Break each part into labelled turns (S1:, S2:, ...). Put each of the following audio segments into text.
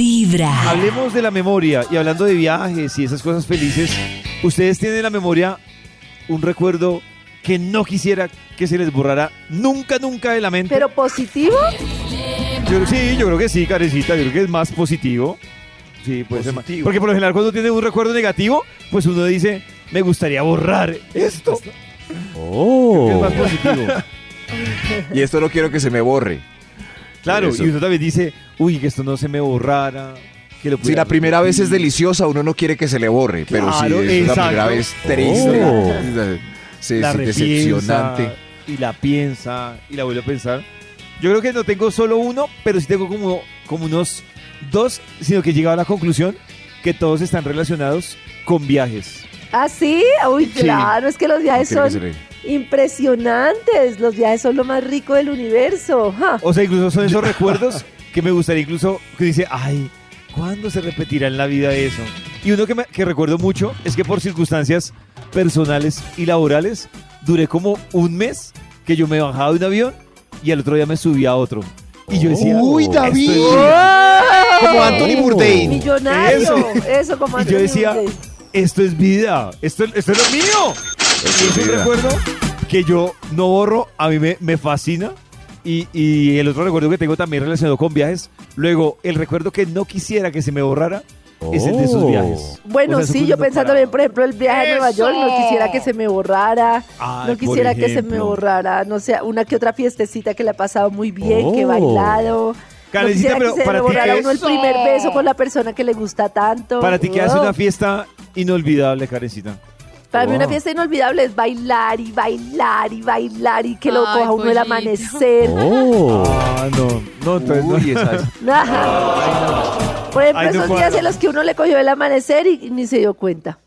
S1: Vibra.
S2: Hablemos de la memoria y hablando de viajes y esas cosas felices, ustedes tienen en la memoria un recuerdo que no quisiera que se les borrara nunca, nunca de la mente.
S3: ¿Pero positivo?
S2: Yo- sí, yo creo que sí, carecita, yo creo que es más positivo. Sí, puede ser más. Porque por lo general cuando tiene un recuerdo negativo, pues uno dice, me gustaría borrar esto. que es
S4: Oh.
S2: más positivo.
S4: Y esto no quiero que se me borre.
S2: Claro,
S4: Eso.
S2: y uno también dice, uy, que esto no se me borrara. Que lo
S4: Si la
S2: pudiera-
S4: primera vez es deliciosa, uno no quiere que se le borre, pero
S2: Claro,
S4: si es la
S2: exacto.
S4: primera vez triste,
S2: Oh.
S4: sí,
S2: la repiensa,
S4: sí,
S3: Ah,
S4: decepcionante.
S2: Y la piensa y la vuelve a pensar. Yo creo que no tengo solo uno, pero sí tengo como, como unos dos, sino que he llegado a la conclusión que todos están relacionados con viajes.
S3: ¿Ah, sí? Uy,
S2: Sí.
S3: claro, es que los
S4: No
S3: viajes
S4: quiero que se
S3: son
S4: le-
S3: impresionantes. Los viajes son lo más rico del universo. ¡Ja!
S2: O sea, incluso son esos recuerdos que me gustaría incluso que dice, ay, ¿cuándo se repetirá en la vida eso? Y uno que, me- que recuerdo mucho es que por circunstancias personales y laborales duré como un mes que yo me bajaba de un avión y al otro día me subía a otro. Y yo decía,
S4: Uy,
S2: "Esto es
S4: David.
S2: vida".
S4: Como Anthony Bourdain.
S3: Oh. Millonario.
S2: Eso.
S3: Eso,
S2: Y yo
S3: como Anthony
S2: decía,
S3: Bourdain.
S2: esto es vida, esto, esto es lo mío.
S4: Esto
S2: Y
S4: es
S2: es un
S4: vida.
S2: recuerdo que yo no borro, a mí me, me fascina. Y, y el otro recuerdo que tengo también relacionado con viajes, luego el recuerdo que no quisiera que se me borrara es el de esos
S4: Oh.
S2: viajes.
S3: Bueno,
S2: O sea, eso
S3: sí,
S2: que
S3: yo
S2: uno
S3: pensando
S2: para-
S3: también, por ejemplo, el viaje a Nueva York, no quisiera que se me borrara,
S2: Ay,
S3: no
S2: por
S3: quisiera que se me
S2: ejemplo.
S3: borrara, no sé, una que otra fiestecita que la he pasado muy bien, que he
S4: Oh.
S3: bailado. no
S2: Karencita,
S3: quisiera
S2: pero
S3: que se
S2: para
S3: me
S2: ti
S3: borrara
S2: qué
S3: uno el
S2: es-
S3: primer beso con la persona que le gusta tanto.
S2: Para ti que hace
S3: Wow.
S2: una fiesta inolvidable, Karencita.
S3: Para mí una
S4: Wow.
S3: fiesta inolvidable es bailar y bailar y bailar y que lo
S5: Ay,
S3: coja uno el
S5: pollito.
S3: amanecer.
S4: Oh.
S2: Ah, no, no, entonces no.
S4: Uy, esa es-
S3: Ajá. Por ejemplo,
S2: Ay, no
S3: esos
S2: puedo.
S3: días en los que uno le cogió el amanecer y ni se dio cuenta.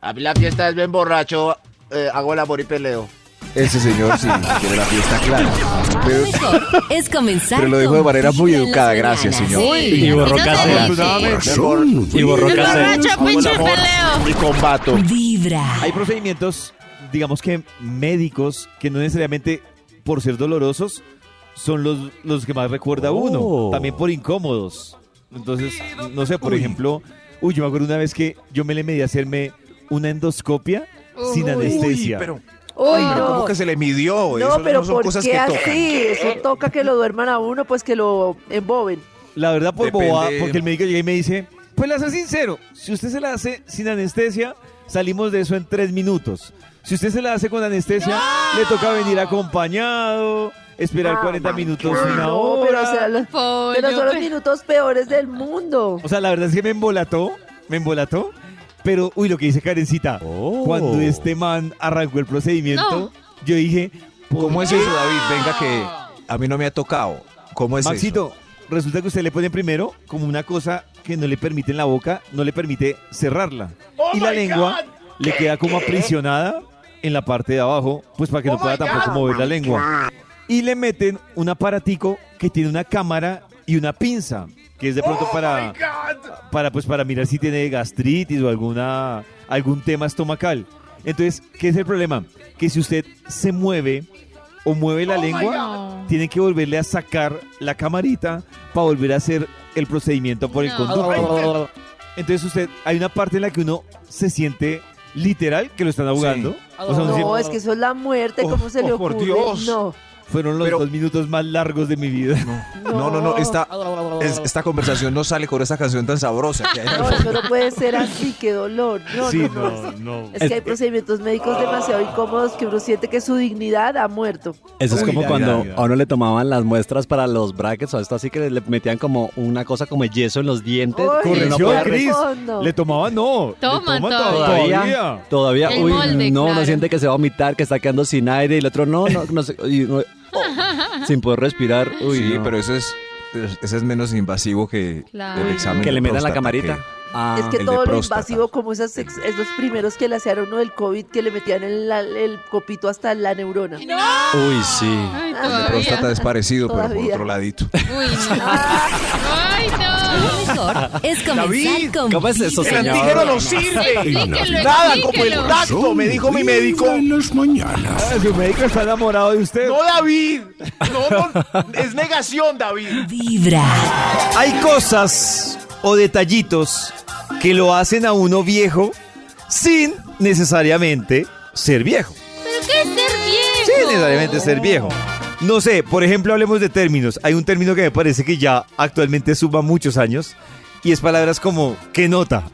S6: A mí la fiesta es bien borracho, eh, hago el amor y peleo.
S4: ese señor sí quiere la fiesta clara. Pero,
S1: Es comenzar.
S4: Pero lo dijo de
S1: con
S4: manera muy
S1: Vibra en las
S4: educada, gracias,
S1: mañanas.
S4: señor.
S5: Sí. Y borró casero.
S7: Y borró
S5: El
S7: casero.
S5: borracho,
S4: hago el
S5: pinche
S4: amor
S5: peleo.
S4: y combato.
S1: Vibra.
S2: Hay procedimientos, digamos que médicos, que no necesariamente por ser dolorosos son los, los que más recuerda
S4: Oh.
S2: uno, también por incómodos. Entonces, no sé, por
S4: Uy.
S2: ejemplo, uy, yo me acuerdo una vez que yo me le medí a hacerme una endoscopia sin
S5: Uy.
S2: anestesia.
S4: pero,
S3: Uy,
S4: pero
S3: no.
S4: ¿cómo que se le midió? Eso
S3: No, pero
S4: son
S3: ¿por
S4: cosas
S3: qué
S4: que
S3: así?
S4: tocan.
S3: Eso toca que lo duerman a uno, pues que lo emboben.
S2: La verdad, por
S4: Depende.
S2: bobada, porque el médico llega y me dice, pues le hace sincero, si usted se la hace sin anestesia, salimos de eso en tres minutos. Si usted se la hace con anestesia, le toca venir acompañado, esperar
S3: Ah,
S2: 40
S3: my
S2: minutos,
S3: God.
S2: una
S3: No,
S2: hora.
S3: pero, o sea, los- pero son los
S5: Pollo.
S3: minutos peores del mundo.
S2: O sea, la verdad es que me embolató, me embolató. Pero, uy, lo que dice Karencita,
S4: Oh.
S2: cuando este man arrancó el procedimiento,
S5: No.
S2: yo dije,
S4: ¿Cómo
S2: ¿por
S4: es
S2: qué?
S4: eso, David? Venga que a mí no me ha tocado. ¿Cómo es
S2: Maxito, resulta que usted le pone primero como una cosa que no le permite en la boca, no le permite cerrarla. y la lengua le queda como aprisionada en la parte de abajo, pues para que no pueda tampoco mover la
S4: Oh
S2: lengua. Y le meten un aparatico que tiene una cámara y una pinza, que es de pronto para, para, pues, para mirar si tiene gastritis o alguna, algún tema estomacal. Entonces, ¿qué es el problema? Que si usted se mueve o mueve
S5: Oh
S2: la lengua,
S5: No.
S2: tienen que volverle a sacar la camarita para volver a hacer el procedimiento por el
S5: No. Oh
S2: conducto. Entonces usted, hay una parte en la que uno se siente literal que lo están ahogando.
S4: Sí.
S2: O sea, uno
S3: No,
S2: dice,
S3: es que eso es la muerte,
S2: Oh,
S3: ¿cómo se le
S4: oh, por
S3: ocurre?
S4: Dios.
S3: No,
S2: fueron los
S4: Pero-
S2: dos minutos más largos de mi vida.
S4: eso? No, no, no. Esta,
S7: No.
S4: es- esta conversación no sale con esa canción tan sabrosa. que hay.
S3: No, eso no puede ser así, qué dolor. No,
S2: sí,
S3: no, no.
S2: no, no.
S3: Es
S7: Eh,
S3: que hay procedimientos médicos demasiado incómodos que uno siente que su dignidad ha muerto.
S7: Eso es
S2: Uy,
S7: como
S2: ya,
S7: cuando
S2: ya, ya.
S7: a uno le tomaban las muestras para los brackets o esto así que le metían como una cosa como yeso en los dientes.
S3: Uy,
S7: Y no
S2: Corrección,
S7: podía-
S3: Cris.
S2: Chris.
S3: fondo.
S2: Le tomaba no.
S5: Toma
S2: le toman
S5: todavía.
S7: Todavía, todavía,
S5: El
S7: uy,
S5: molde,
S7: no, uno
S5: claro.
S7: siente que se va a vomitar, que está quedando sin aire y el otro no, no, no sé, y uno, oh, sin poder respirar, uy,
S4: sí,
S7: no.
S4: pero eso es, eso es menos invasivo que
S5: Claro.
S4: el examen.
S7: que
S4: de
S7: le metan la
S4: próstata,
S7: camarita.
S4: que-
S7: Ah,
S3: es que
S4: el de
S3: todo lo
S4: próstata.
S3: invasivo, como esas ex- esos primeros que le hacían a uno del COVID, que le metían el, el copito hasta la neurona.
S7: Ah, uy, sí.
S5: Ay,
S4: El de próstata
S5: todavía.
S4: es parecido, pero por
S3: Todavía.
S4: otro ladito.
S5: Uy, no. Ay, no.
S1: Lo mejor es comenzar
S4: David,
S1: con
S7: ¿cómo es eso,
S1: Vibra en
S7: señor?
S1: las
S7: Pero
S1: mañanas.
S5: Explíquelo,
S6: Nada como el
S5: explíquelo.
S6: tacto, me dijo mi médico.
S7: en
S2: Ah, Su médico está enamorado de usted.
S6: No, David. No, no, es negación, David.
S1: Vibra.
S2: Hay cosas o detallitos que lo hacen a uno viejo sin necesariamente ser viejo.
S5: ¿Pero qué es ser viejo?
S2: Sin necesariamente ser viejo. No sé, por ejemplo, hablemos de términos. Hay un término que me parece que ya actualmente suma muchos años y es palabras como ¿qué nota?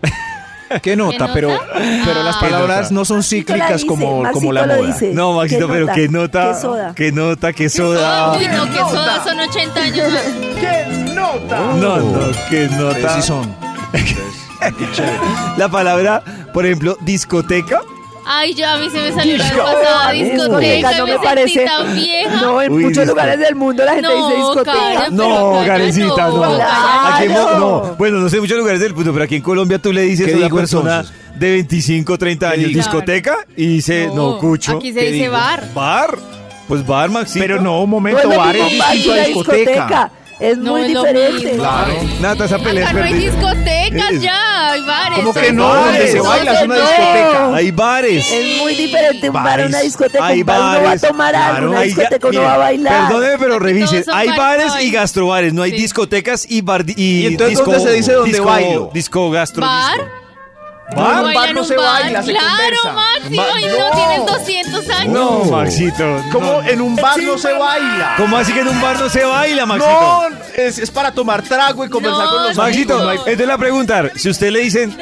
S4: ¿Qué nota?
S5: nota?
S4: Pero,
S5: Ah.
S4: pero las
S5: ¿Qué
S4: palabras
S2: Ah. nota?
S4: no son cíclicas como, como la moda.
S2: No, Maxito, pero ¿qué nota?
S3: ¿Qué soda?
S2: ¿Qué nota? ¿Qué soda?
S5: Uy, no, que soda son 80 años más.
S2: No, no, ¿qué
S4: Ustedes
S2: nota?
S4: sí son.
S2: La palabra, por ejemplo, discoteca.
S5: Ay, yo a mí se me salió la vez
S3: Disco.
S5: pasada discoteca.
S3: Discoteca, no
S5: me,
S3: me parece.
S5: sentí tan vieja.
S3: No, en
S2: Uy,
S3: muchos
S2: disco-
S3: lugares del mundo la gente
S5: No,
S3: dice discoteca.
S5: cara. Pero
S2: No,
S5: acá
S2: Karencita,
S5: no,
S2: no.
S3: claro.
S2: Aquí en Bo- no. Bueno, no sé en muchos lugares del mundo, pero aquí en Colombia tú le dices
S4: ¿Qué
S2: a una
S4: digo
S2: persona de 25, 30 años
S4: digo?
S2: discoteca y dice, no, cucho.
S5: Aquí se
S4: ¿qué
S5: dice
S4: digo?
S5: bar.
S2: Bar. Pues bar, Maxito.
S4: Pero no, un
S3: No es
S4: momento,
S3: lo
S4: bar
S3: mismo
S4: es
S3: bar que
S4: distinto a
S3: una
S4: discoteca.
S3: discoteca. Es
S5: No
S3: muy
S5: es lo
S3: diferente.
S5: mismo.
S4: Claro.
S2: Nata, esa pelea
S5: Acá
S2: es
S5: no hay
S2: perdida.
S5: discotecas ya, hay bares.
S4: ¿Cómo
S5: hay
S4: que no?
S5: bares.
S4: Donde se
S3: No,
S4: baila es
S3: que
S4: una
S3: no.
S4: discoteca.
S2: Hay bares.
S3: Es muy diferente un bar a Eh, una
S2: Bares.
S3: discoteca.
S2: Hay
S3: un bar uno
S2: bares.
S3: va a tomar
S2: Claro.
S3: algo, una
S2: Hay ga-
S3: discoteca uno
S2: Mire,
S3: va a bailar.
S2: Perdóneme, pero revisen.
S5: son
S2: Hay
S5: bares,
S2: bares y
S5: no hay-
S2: gastrobares. No hay
S5: Sí.
S2: discotecas y bar y,
S4: ¿Y entonces
S2: disco,
S4: dónde se dice dónde
S2: disco-
S4: bailo?
S2: Disco gastro.
S5: ¿Bar?
S2: disco.
S5: No
S2: ¿Bar?
S5: bailan
S4: bar no
S5: un
S4: se
S5: bar.
S4: baila, se conversa.
S5: Claro, Maxi,
S4: Ba-
S5: ay, no,
S4: no.
S5: tienes 200 años.
S2: No, Maxito.
S4: ¿Cómo
S2: no.
S4: en un bar no se baila?
S2: ¿Cómo así que en un bar no se baila, Maxito?
S4: No, es, es para tomar trago y conversar
S5: No,
S4: con los
S2: Maxito,
S4: amigos. no hay-
S5: no.
S2: entonces la pregunta, si usted le dicen,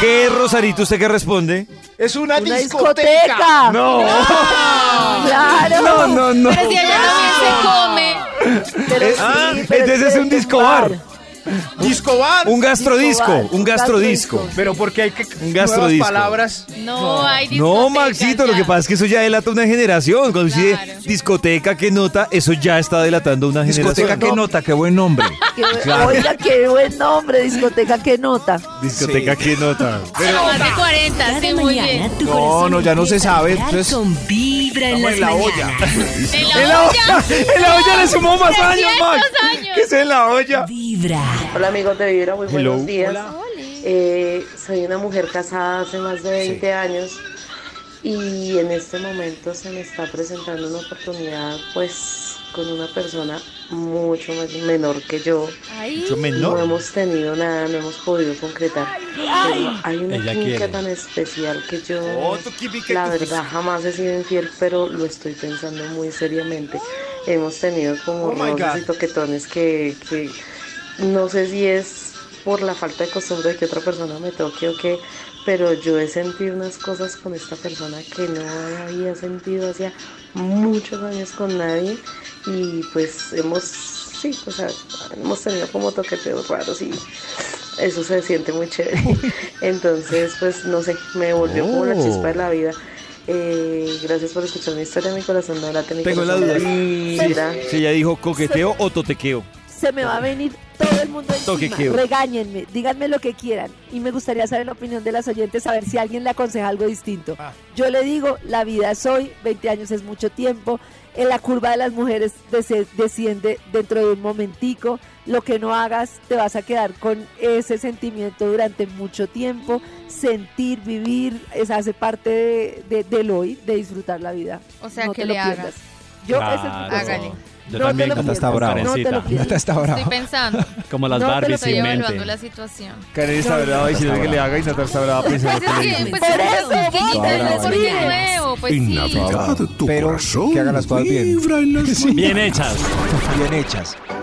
S2: ¿qué es Rosarito? ¿Usted qué responde?
S4: es una,
S3: una
S4: discoteca.
S3: discoteca.
S2: No.
S3: Claro.
S2: No, no, no.
S5: Pero si allá también se come.
S3: Pero
S2: Es-
S3: sí,
S2: ah,
S3: pero
S2: entonces es un disco bar.
S4: Disco bar.
S2: Un gastrodisco,
S3: Disco bar,
S2: un
S3: un
S2: gastrodisco.
S4: Pero porque hay que
S2: Un
S4: nuevas
S2: gastrodisco.
S4: palabras.
S5: No, hay discotecas.
S2: No, Maxito, lo
S5: ya.
S2: que pasa es que eso ya delata una generación. Cuando dice
S5: Claro.
S2: discoteca, ¿qué nota? Eso ya está delatando una
S4: Discoteca
S2: generación.
S4: que nota, qué buen nombre.
S3: Qué bu- Oiga, qué buen nombre, discoteca, qué nota.
S2: Discoteca que nota.
S5: Más de 40, sí,
S1: Cada
S5: muy
S1: mañana
S5: bien.
S1: tu
S4: No,
S1: corazón
S4: no, ya no
S1: empieza
S4: se
S1: a
S4: sabe,
S1: vibrar
S4: entonces-
S1: Con vibra en las
S4: en la olla.
S1: mañanas.
S5: En
S2: En
S5: la
S2: la
S5: olla.
S2: olla, en la olla le sumó más años,
S5: 300
S2: Max.
S5: años.
S2: ¿Qué es en la olla?
S1: Vibra.
S8: Hola amigos de Vibra, muy
S2: Hello.
S8: buenos días. Eh, soy una mujer casada hace más de 20 años y en este momento se me está presentando una oportunidad pues con una persona mucho más menor que yo.
S5: Ay,
S2: Yo
S8: No
S2: menor.
S8: hemos tenido nada, no hemos podido concretar. Pero hay una
S2: Ella
S8: química
S2: quiere.
S8: tan especial que yo,
S2: Oh, tu química y
S8: la
S2: tu
S8: verdad, jamás he sido infiel, pero lo estoy pensando muy seriamente. Hemos tenido como
S4: Oh, my
S8: roces
S4: God.
S8: y toquetones que, que no sé si es por la falta de costumbre de que otra persona me toque o qué, pero yo he sentido unas cosas con esta persona que no había sentido hacía muchos años con nadie y pues hemos, sí, o sea, hemos tenido como toqueteos raros y eso se siente muy chévere. Entonces, pues no sé, me volvió como una chispa de la vida. Eh, gracias por escuchar mi historia, mi corazón no late, mi
S2: Tengo la
S8: corazón
S2: duda.
S8: vibra.
S2: Si ella dijo coqueteo o totequeo.
S3: Se me va a venir todo el mundo encima.
S2: Toquequeo.
S3: Regáñenme, díganme lo que quieran. Y me gustaría saber la opinión de las oyentes, a ver si alguien le aconseja algo distinto. Yo le digo, la vida es hoy, 20 años es mucho tiempo. En la curva de las mujeres des- desciende dentro de un momentico. Lo que no hagas, te vas a quedar con ese sentimiento durante mucho tiempo. Sentir, vivir, es, hace parte de- de- del hoy, de disfrutar la vida.
S5: O sea,
S3: No
S5: que
S3: te lo
S5: le
S3: pierdas.
S5: hagas.
S3: Yo,
S9: Claro.
S3: ese es mi consejo.
S5: Hágale.
S9: Yo
S3: No
S9: también
S3: te lo
S9: como
S3: pierdas,
S9: no
S3: te lo pierdas.
S4: Nata está
S5: estoy
S4: brava.
S5: pensando.
S9: Como las
S3: No te lo
S9: Barbies
S5: Estoy
S9: sin
S5: evaluando
S9: mente.
S5: la situación.
S2: Karen está brava y si no que le haga y Natal está brava
S5: Pues
S2: pensando que le
S5: es que,
S2: dijo.
S5: pues,
S3: Por
S5: es
S3: eso, vos,
S5: poquito,
S3: por
S5: porque es
S3: eso.
S5: nuevo, pues sí.
S4: tu Pero corazón que hagan las cosas bien. vibra
S9: Bien hechas.
S4: Bien hechas.